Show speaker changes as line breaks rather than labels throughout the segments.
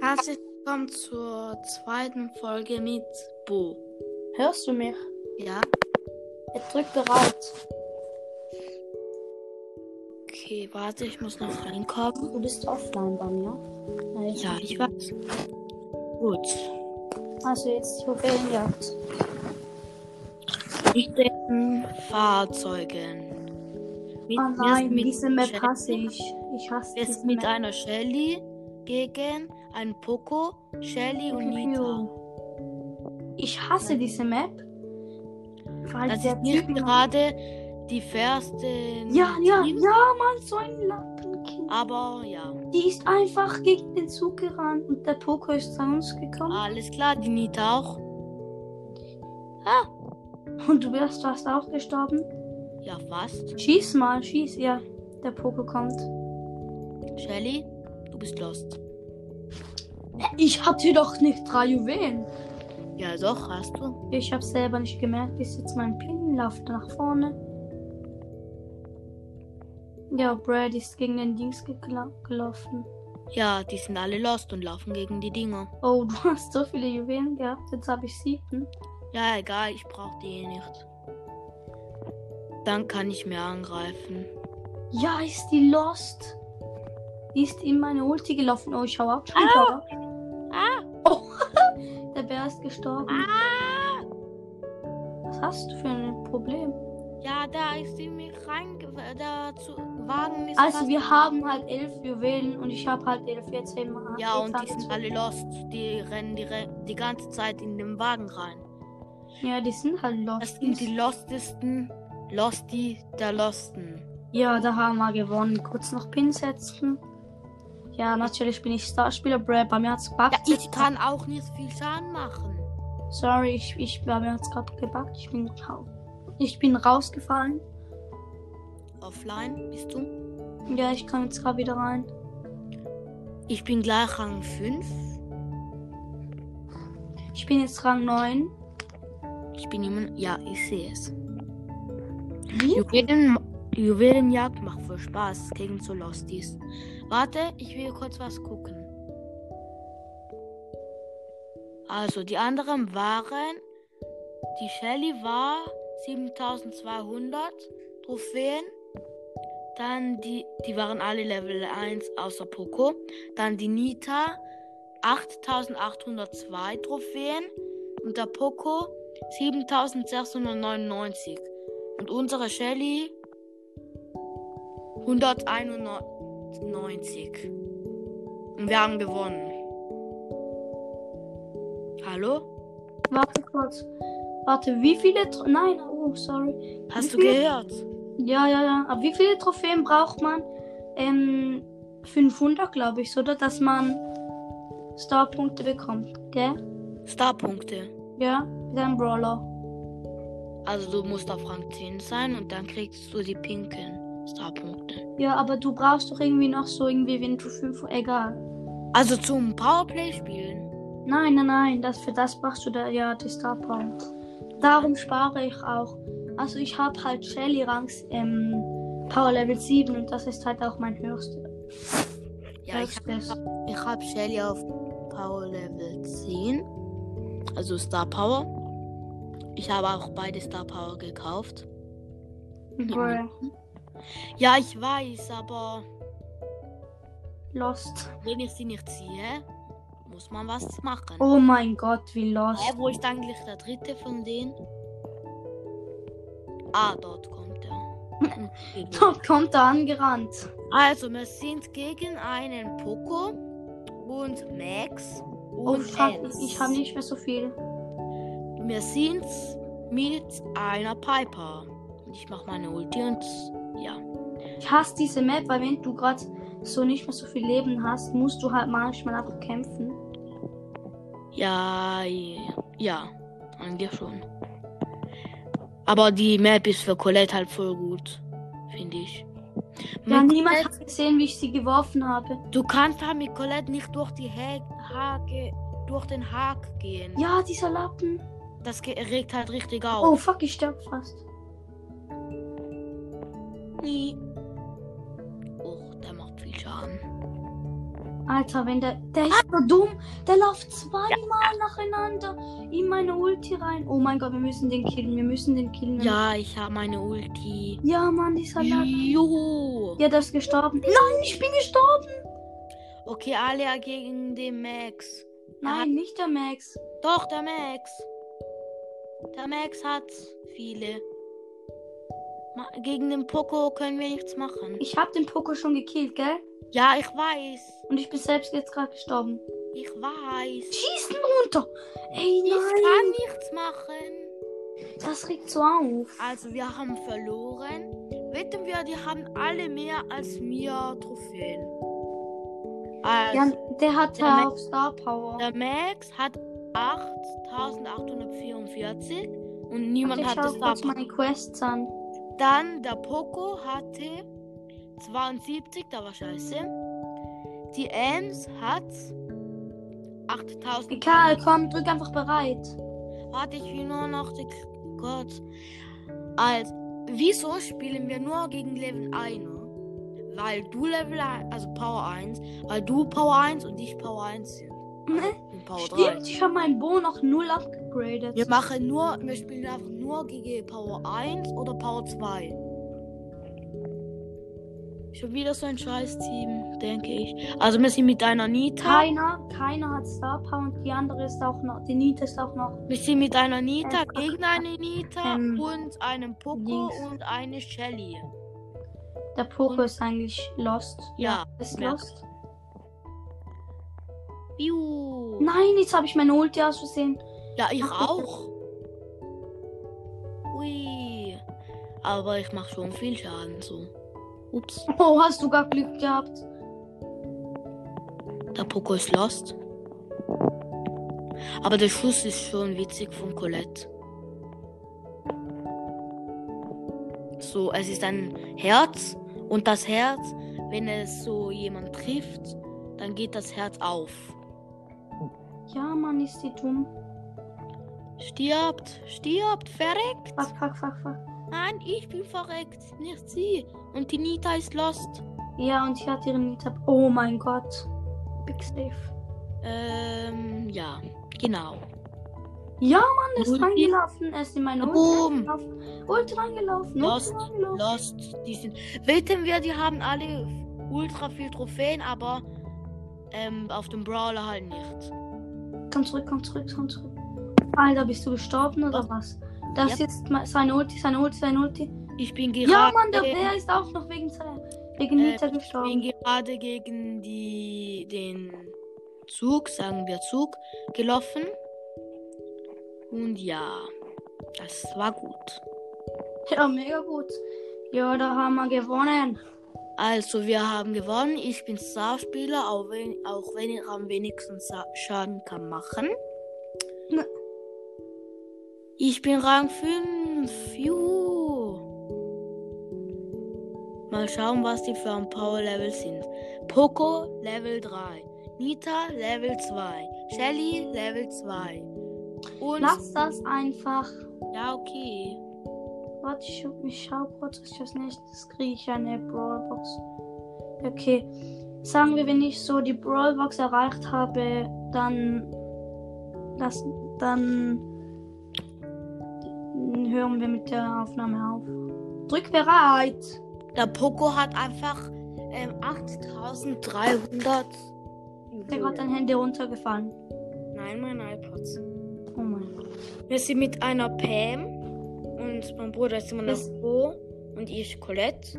herzlich willkommen zur zweiten Folge mit Bo.
Hörst du mich?
Ja,
Jetzt drück bereit.
okay, warte, ich muss noch reinkommen.
Du bist offline bei mir. Nein, ich-
Ja, ich weiß. Gut.
Also jetzt die Juwelenjagd.
Mit den Fahrzeugen. Mit,
Oh Ah, nein,
erst mit
diese Map
Shelly-
hasse ich. Ich hasse
Erst
diese
mit
Map.
einer Shelly gegen einen Poco, Shelly und Nita.
Ich hasse diese Map. Weil
Das
der
ist nicht
Typ-
gerade die fairste.
Ja, ja,
Teams,
ja, Mann, so ein Lappenkind.
Aber ja,
Die ist einfach gegen den Zug gerannt und der Poker ist zu uns gekommen.
alles klar, die Nita auch.
Und du wärst fast auch gestorben.
Ja, fast.
Schieß mal, schieß, ja. Der Poker kommt.
Shelly, du bist lost.
Ich hatte doch nicht drei Juwelen.
Ja, doch, hast du.
Ich habe selber nicht gemerkt, ist jetzt mein Pin, lauft nach vorne. Ja, Brad ist gegen den Dings gekla- gelaufen.
Ja, die sind alle lost und laufen gegen die Dinger.
Oh, du hast so viele Juwelen gehabt, jetzt habe ich sieben.
Ja, egal, ich brauch die eh nicht. Dann kann ich mehr angreifen.
Ja, ist die Lost. Die ist in meine Ulti gelaufen. Oh, ich hau ab. Schon wieder ab.
Ah!
Oh, der Bär ist gestorben.
Ah!
Was hast du für ein Problem?
Ja, da ist sie mich rein. Da zu Wagen ist
Also,
fast-
wir haben halt elf Juwelen und ich habe halt elf. Jetzt sehen wir mal.
Ja,
Jetzt
und
haben
die
wir
sind
zwei.
alle lost. Die rennen die, re die ganze Zeit in den Wagen rein.
Ja, die sind halt Lost.
Das sind die lostesten, losty der losten.
Ja, da haben wir gewonnen. Kurz noch Pin setzen. Ja, natürlich bin ich Starspieler, Brad. Bei mir hat's
Ja,
gebackt.
ich kann auch nicht viel Schaden machen.
Sorry, ich, ich, bei mir hat's gerade gebackt. Ich bin, rau- ich bin rausgefallen.
Offline bist du?
Ja, ich kann jetzt gerade wieder rein.
Ich bin gleich Rang 5.
Ich bin jetzt Rang 9.
Ich bin jemand. Ja, ich sehe es.
Wie?
Juwelen, Juwelenjagd macht voll Spaß gegen so Losties. Warte, ich will kurz was gucken. Also, die anderen waren. Die Shelly war 7200 Trophäen. Dann die, die waren alle Level 1 außer Poco. Dann die Nita 8802 Trophäen. Und der Poco 7699. Und unsere Shelly 191. Und wir haben gewonnen. Hallo?
Warte kurz. Warte, wie viele. Tro Nein, oh, sorry.
Hast du
Wie viel?
gehört?
Ja, ja, ja. Aber wie viele Trophäen braucht man? Ähm, 500, glaube ich, oder? Dass man Starpunkte bekommt, gell?
Starpunkte.
Ja, mit einem Brawler.
Also du musst auf Rang 10 sein und dann kriegst du die pinken Starpunkte.
Ja, aber du brauchst doch irgendwie noch so irgendwie, wenn du 5 egal.
Also zum Powerplay spielen.
Nein, nein, nein, das, für das brauchst du da, ja die Star Power. Darum spare ich auch. Also ich habe halt Shelly Ranks ähm, Power Level 7 und das ist halt auch mein höchstes.
Ja, ich hab,
höchstes.
ich hab Shelly auf Power Level 10. Also Star Power. Ich habe auch beide Star Power gekauft.
Brr,
Ja, ich weiß, aber
Lost.
wenn ich sie nicht sehe, muss man was machen.
Oh mein Gott, wie
Hä,
Lost.
wo ist eigentlich der dritte von denen? Ah, dort kommt er.
Da kommt er angerannt.
also, wir sind gegen einen Poco und Max
Oh,
und
fuck,
Ernst.
ich habe nicht mehr so viel.
Wir sind mit einer Piper. Und ich mache meine Ulti und ja.
Ich hasse diese Map, weil wenn du gerade so nicht mehr so viel Leben hast, musst du halt manchmal einfach kämpfen.
Ja, ja, eigentlich schon. Aber die Map ist für Colette halt voll gut, finde ich.
Ja,
Mit
niemand
Colette,
hat gesehen, wie ich sie geworfen habe.
du kannst halt mit Colette nicht durch die Hä- Hake, durch den Haag gehen.
Ja, dieser Lappen.
Das ge- regt halt richtig
Oh,
auf.
fuck, ich sterb fast.
Oh, der macht viel Schaden.
Alter, wenn der. Der ist so dumm. Der läuft zweimal nacheinander in meine Ulti rein. Oh mein Gott, wir müssen den killen. Wir müssen den killen.
Ja, ich habe meine Ulti.
Ja, Mann, dieser Lack.
Jo.
Ja, der ist gestorben. Nein, ich bin gestorben.
Okay, Alia gegen den Max.
Nein, nicht der Max.
Doch, der Max. Der Max hat viele. Ma gegen den Poco können wir nichts machen.
Ich habe den Poco schon gekillt, gell?
Ja, ich weiß.
Und ich bin selbst jetzt gerade gestorben.
Ich weiß.
Schießen runter! Ey,
Ich
nein!
kann nichts machen.
Das regt so auf.
Also wir haben verloren. Wetten wir, die haben alle mehr als mir Trophäen. Also,
Ja, der hat
Der
ja
Max-
auch Star Power.
der Max hat 8844 und niemand
ich
hat
schaue
das
kurz
da.
meine Quests an.
Dann der Poco hatte 72, da war scheiße. Die Ems hat 8000.
Egal, komm, drück einfach bereit.
Warte, ich will nur noch den Gott. Als, Also, wieso spielen wir nur gegen Level 1? Weil du Level 1, also Power 1, weil du Power 1 und ich Power 1 sind.
Ne?
Und Power 3.
Stimmt, ich habe meinen Bo noch null abgegradet.
Wir machen nur, wir spielen einfach nur gegen Power 1 oder Power 2. Schon wieder so ein scheiß Team, denke ich. Also wir sind mit einer Nita.
Keiner, keiner hat Star Power und die andere ist auch noch, die Nita ist auch noch.
Wir sind mit einer Nita
Einfach-
gegen eine Nita
Ähm,
und einem Poco
links.
und eine Shelly.
Der Poco
Und-
ist eigentlich lost.
Ja,
Ist
ja.
lost.
Biu.
Nein, jetzt habe ich meine Ulti aus Versehen.
Ja, ich
Ach, das-
auch. Ui. Aber ich mache schon viel Schaden so. Ups.
Oh, hast du gar Glück gehabt.
Der Poco ist lost. Aber der Schuss ist schon witzig von Colette. So, es ist ein Herz und das Herz, wenn es so jemand trifft, dann geht das Herz auf.
Ja, Mann, ist die dumm.
Stirbt, stirbt, verreckt.
Fuck, fuck, fuck, fuck.
Nein, ich bin verreckt, nicht sie. Und die Nita ist lost.
Ja, und sie hat ihren Nita. Oh mein Gott. Big Safe.
Ähm, ja, genau.
Ja, Mann, er ist
Ulti.
reingelaufen. Er ist in meine
Boom.
Ulti reingelaufen. Ulti reingelaufen.
Lost,
Ulti reingelaufen.
Lost, die sind. Wetten wir, die haben alle ultra viel Trophäen, aber ähm, auf dem Brawler halt nicht.
Komm zurück, komm zurück, komm zurück. Alter, bist du gestorben oder was? Das ist jetzt ma- seine Ulti, seine Ulti, seine Ulti.
Ich bin
Ja,
gerade.
Mann, der Bär ist auch noch wegen, seiner- wegen
Äh,
Nita
ich bin
gestorben.
gerade gegen die, den Zug, sagen wir Zug, gelaufen. Und ja, das war gut.
Ja, mega gut. Ja, da haben wir gewonnen.
Also, wir haben gewonnen. Ich bin Starspieler, auch wenn, auch wenn ich am wenigsten Sa- Schaden kann machen.
Ne.
Ich bin Rang 5. Juhu. Mal schauen, was die für ein Power Level sind. Poco Level 3. Nita Level 2. Shelly Level 2. Und.
Lass das einfach.
Ja, okay.
Warte, ich, schu- ich schau kurz, was ich als nächstes kriege. Ich eine Brawlbox. Okay. Sagen wir, wenn ich so die Brawlbox erreicht habe, dann. Das, dann. Hören wir mit der Aufnahme auf. Drück bereit!
Der Poco hat einfach ähm, 8300.
Ist dir gerade dein Handy runtergefallen?
Nein, mein iPods.
Oh mein Gott.
Wir sind mit einer Pam und mein Bruder ist immer noch
Was?
Bo und ich Colette.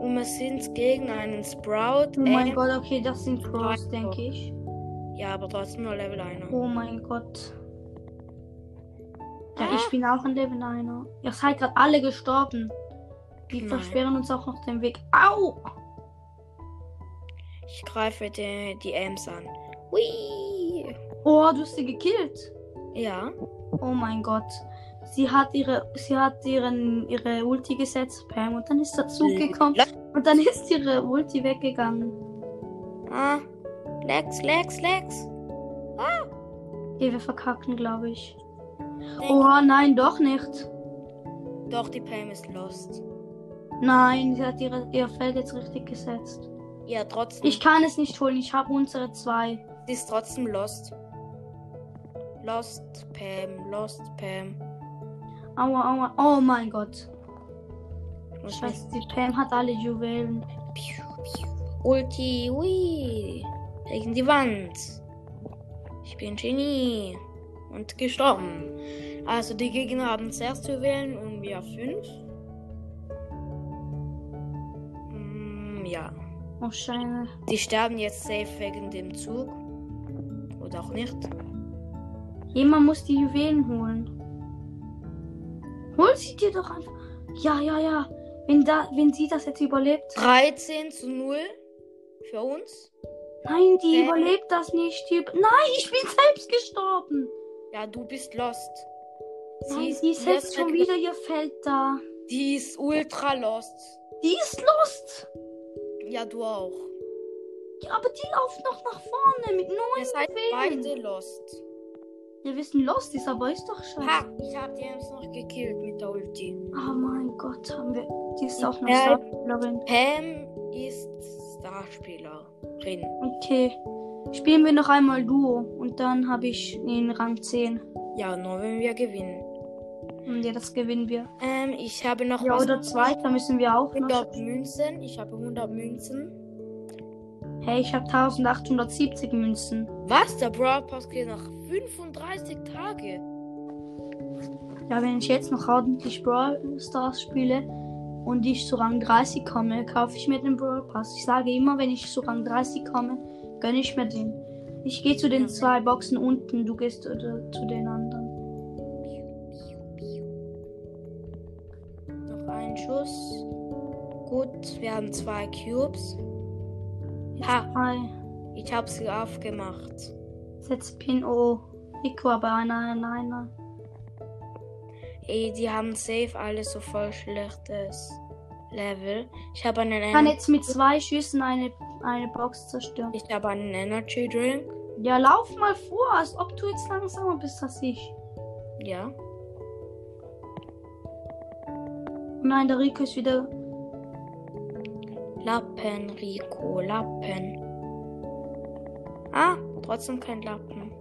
Und wir sind gegen einen Sprout.
Oh mein
Am-
Gott, okay, das sind Crows, denke ich.
Ja, aber trotzdem nur Level 1.
Oh mein Gott. Ja, ich bin auch ein Level 1. Ihr seid gerade alle gestorben. Die
Nein.
versperren uns auch noch den Weg. Au!
Ich greife die, die Ems an. Hui!
Oh, du hast sie gekillt.
Ja.
Oh mein Gott. Sie hat ihre, sie hat ihren, ihre Ulti gesetzt, Pam, und dann ist der Zug gekommen.
Le-
Und dann ist ihre Ulti weggegangen.
Ah. Lex, Lex, Lex.
Okay, wir verkacken, glaube ich. Oh nein, doch nicht.
Doch, die Pam ist lost.
Nein, sie hat ihre, ihr Feld jetzt richtig gesetzt.
Ja, trotzdem.
Ich kann es nicht holen. Ich habe unsere zwei.
Sie ist trotzdem lost. Lost Pam, Lost Pam.
Aua, aua. Oh mein Gott.
Muss
Scheiße, die Pam hat alle Juwelen.
Piu, piu. Ulti, ui. Gegen die Wand. Ich bin Genie. Und gestorben. Also die Gegner haben zuerst zu wählen und wir fünf. Mm, ja.
Oh, Scheiße.
Die sterben jetzt safe wegen dem Zug. Oder auch nicht.
Jemand muss die Juwelen holen. Hol sie dir doch einfach. Ja, ja, ja. Wenn, da, wenn sie das jetzt überlebt.
13 zu 0 für uns.
Nein, die
Hä?
überlebt das nicht. Die, nein, ich bin selbst gestorben.
Ja, du bist lost.
Nein, sie ist jetzt schon wieder ihr Feld da.
Die ist ultra lost.
Die ist lost.
Ja, du auch.
Ja, aber die laufen noch nach vorne mit neun
Ihr seid
Juwelen.
beide lost.
Wir wissen, lost ist, aber ist doch scheiße.
Ha, ich hab die Ems noch gekillt mit der Ulti.
Oh mein Gott, haben wir. Die ist auch noch
Ja.
Schauspielerin.
Pam ist Starspielerin.
Okay. Spielen wir noch einmal Duo und dann habe ich den Rang 10.
Ja, nur wenn wir gewinnen.
Und ja, das gewinnen wir.
Ähm, ich habe noch
Ja,
was-
oder zweiter müssen wir auch noch.
100 Münzen. Ich habe 100 Münzen.
Hey, ich habe 1870 Münzen.
Was? Der Brawl Pass geht nach 35 Tage.
Ja, wenn ich jetzt noch ordentlich Brawl Stars spiele und ich zu Rang 30 komme, kaufe ich mir den Brawl Pass. Ich sage immer, wenn ich zu Rang 30 komme, gönne ich mir den. Ich gehe zu den zwei Boxen unten, du gehst zu, zu den anderen.
Noch ein Schuss. Gut, wir haben zwei Cubes. Ha,
Hi.
ich habe sie aufgemacht.
Setz Pin O. Rico, aber nein, nein, nein.
Ey, die haben safe alle so voll schlechtes Level. Ich habe einen,
Ich kann
Ener
jetzt mit zwei Schüssen eine, eine Box zerstören.
ich habe einen Energy Drink.
Ja, lauf mal vor, als ob du jetzt langsamer bist als ich.
Ja.
Nein, der Rico ist wieder.
Lappen, Rico, Lappen. Ah, trotzdem kein Lappen.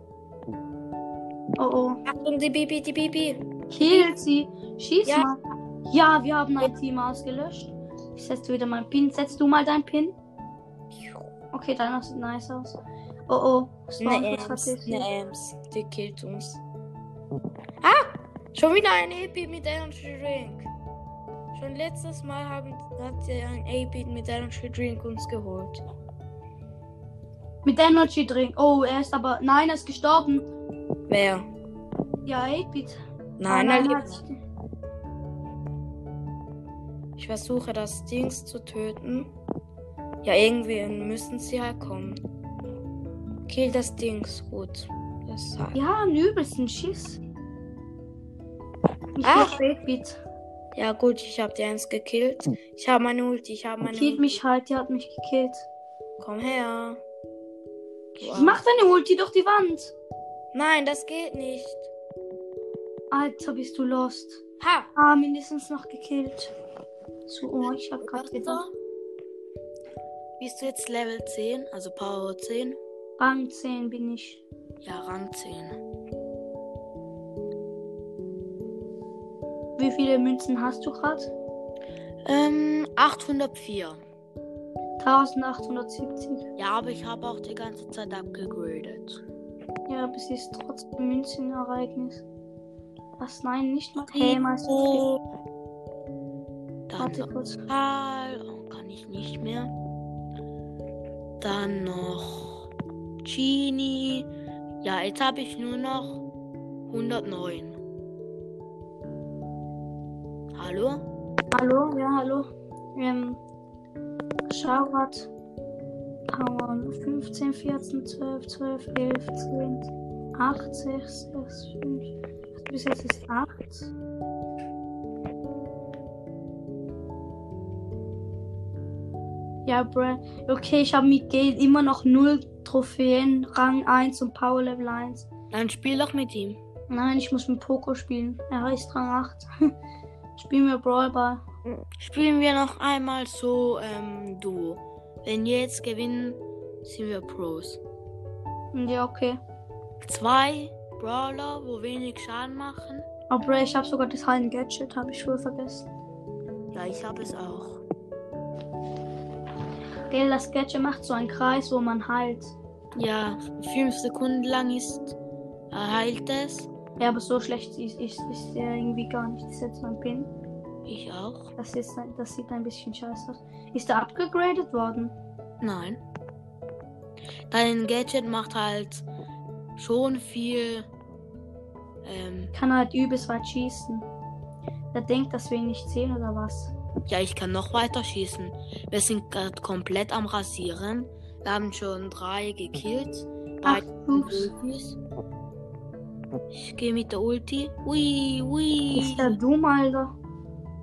Oh oh.
Achtung, die Bibi, die Bibi.
Kill sie. Schieß
Ja.
mal. Ja, wir haben ein Team ausgelöscht. Ich setze wieder meinen Pin. Setzt du mal deinen Pin? Okay, deiner sieht nice aus. Oh oh. Spawn
Ne
hat
Ems,
sie.
ne Ems. Die killt uns. Ah! Schon wieder ein AP mit Energy Drink. Schon letztes Mal haben, hat sie ein AP mit Energy Drink uns geholt.
Mit Energy Drink. Oh, er ist aber. Nein, er ist gestorben.
Wer?
Ja, 8-Bit.
Nein,
er
er lebt.
hat-
Ich versuche das Dings zu töten. Ja, irgendwie müssen sie halt kommen. Kill das Dings, gut. Das hat.
Ja, am übelsten Schiss. Ich
Ah.
ah. Baitbeat.
Ja gut, ich habe die eins gekillt. Ich habe meine Ulti, ich habe meine
Killt Hm. mich halt, die hat mich gekillt.
Komm her. Du Arsch.
Mach deine Ulti durch die Wand.
Nein, das geht nicht.
Alter, bist du lost.
Ha!
Ah, mindestens noch gekillt. So, oh, ich hab grad gedacht.
Bist du jetzt Level 10, also Power 10?
Rang 10 bin ich.
Ja, Rang 10.
Wie viele Münzen hast du grad?
Ähm, 804.
1870.
Ja, aber ich habe auch die ganze Zeit abgegradet.
Ja, aber es ist trotzdem Münzenereignis. Was? Nein, nicht mal. Hey, meinst du?
Oh. Dann
Warte kurz.
Karl, oh, kann ich nicht mehr. Dann noch Genie. Ja, jetzt habe ich nur noch 109. Hallo?
Hallo, ja, hallo. Ähm, Schaurat. Hauen. 15, 14, 12, 12, 11, 10, 8, 6, 6, 5. Also Bis jetzt ist 8. Ja, bruh. Okay, ich habe mit Geld immer noch 0 Trophäen, Rang 1 und Power Level 1.
Dann spiel doch mit ihm.
Nein, ich muss mit Poco spielen. Er ist Rang 8. Spielen wir Brawl Ball.
Spielen wir noch einmal so ähm, Duo.
Wenn wir jetzt gewinnen, sind wir Pros.
Ja, okay.
Zwei Brawler, wo wenig Schaden machen.
Aber ich habe sogar das Heilen Gadget, habe ich wohl vergessen.
Ja, ich habe es auch.
Gell, das Gadget macht so einen Kreis, wo man heilt.
Ja, fünf Sekunden lang ist er heilt es.
Ja, aber so schlecht ist, ist, ist der irgendwie gar nicht. Das ist jetzt mein Pin.
Ich auch.
Das, ist, ein- das sieht ein bisschen scheiße aus. Ist er abgegradet worden?
Nein. Dein Gadget macht halt schon viel. Ähm,
Kann er halt übelst weit schießen. Er denkt, dass wir ihn nicht sehen oder was?
ja, ich kann noch weiter schießen. Wir sind gerade komplett am Rasieren. Wir haben schon drei gekillt.
Ach,
Beide
ups.
Profis. Ich gehe mit der Ulti. Ui, ui.
Ist der dumm, Alter?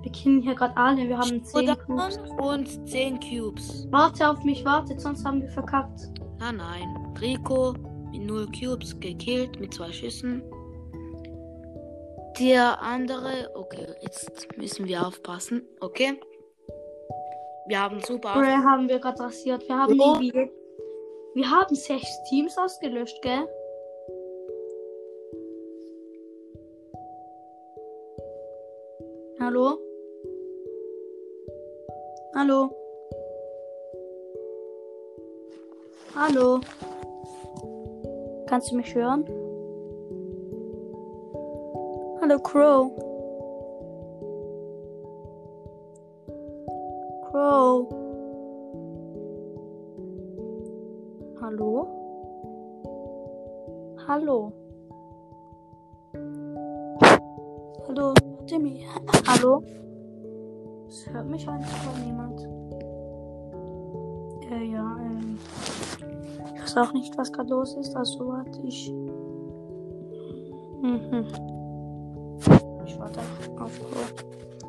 Wir killen hier gerade alle. Wir äh, haben 10
Oder-
Cubes.
Und 10 Cubes.
Warte auf mich, wartet, sonst haben wir verkackt.
Na Ah, nein. Rico mit 0 Cubes gekillt mit zwei Schüssen. Der andere. Okay, jetzt müssen wir aufpassen. Okay. Wir haben super.
Oder haben wir gerade rasiert. Wir haben
Ja.
irgendwie. Wir haben sechs Teams ausgelöscht, gell? Hallo? Hallo? Hallo? Kannst du mich hören? Hallo Crow. Crow. Hallo? Hallo? Hallo, hört ihr mich? Hallo? Es hört mich einfach niemand. Äh, ja, ähm. Ich weiß auch nicht, was gerade los ist, also warte ich. Mhm. Ich warte auf Klo.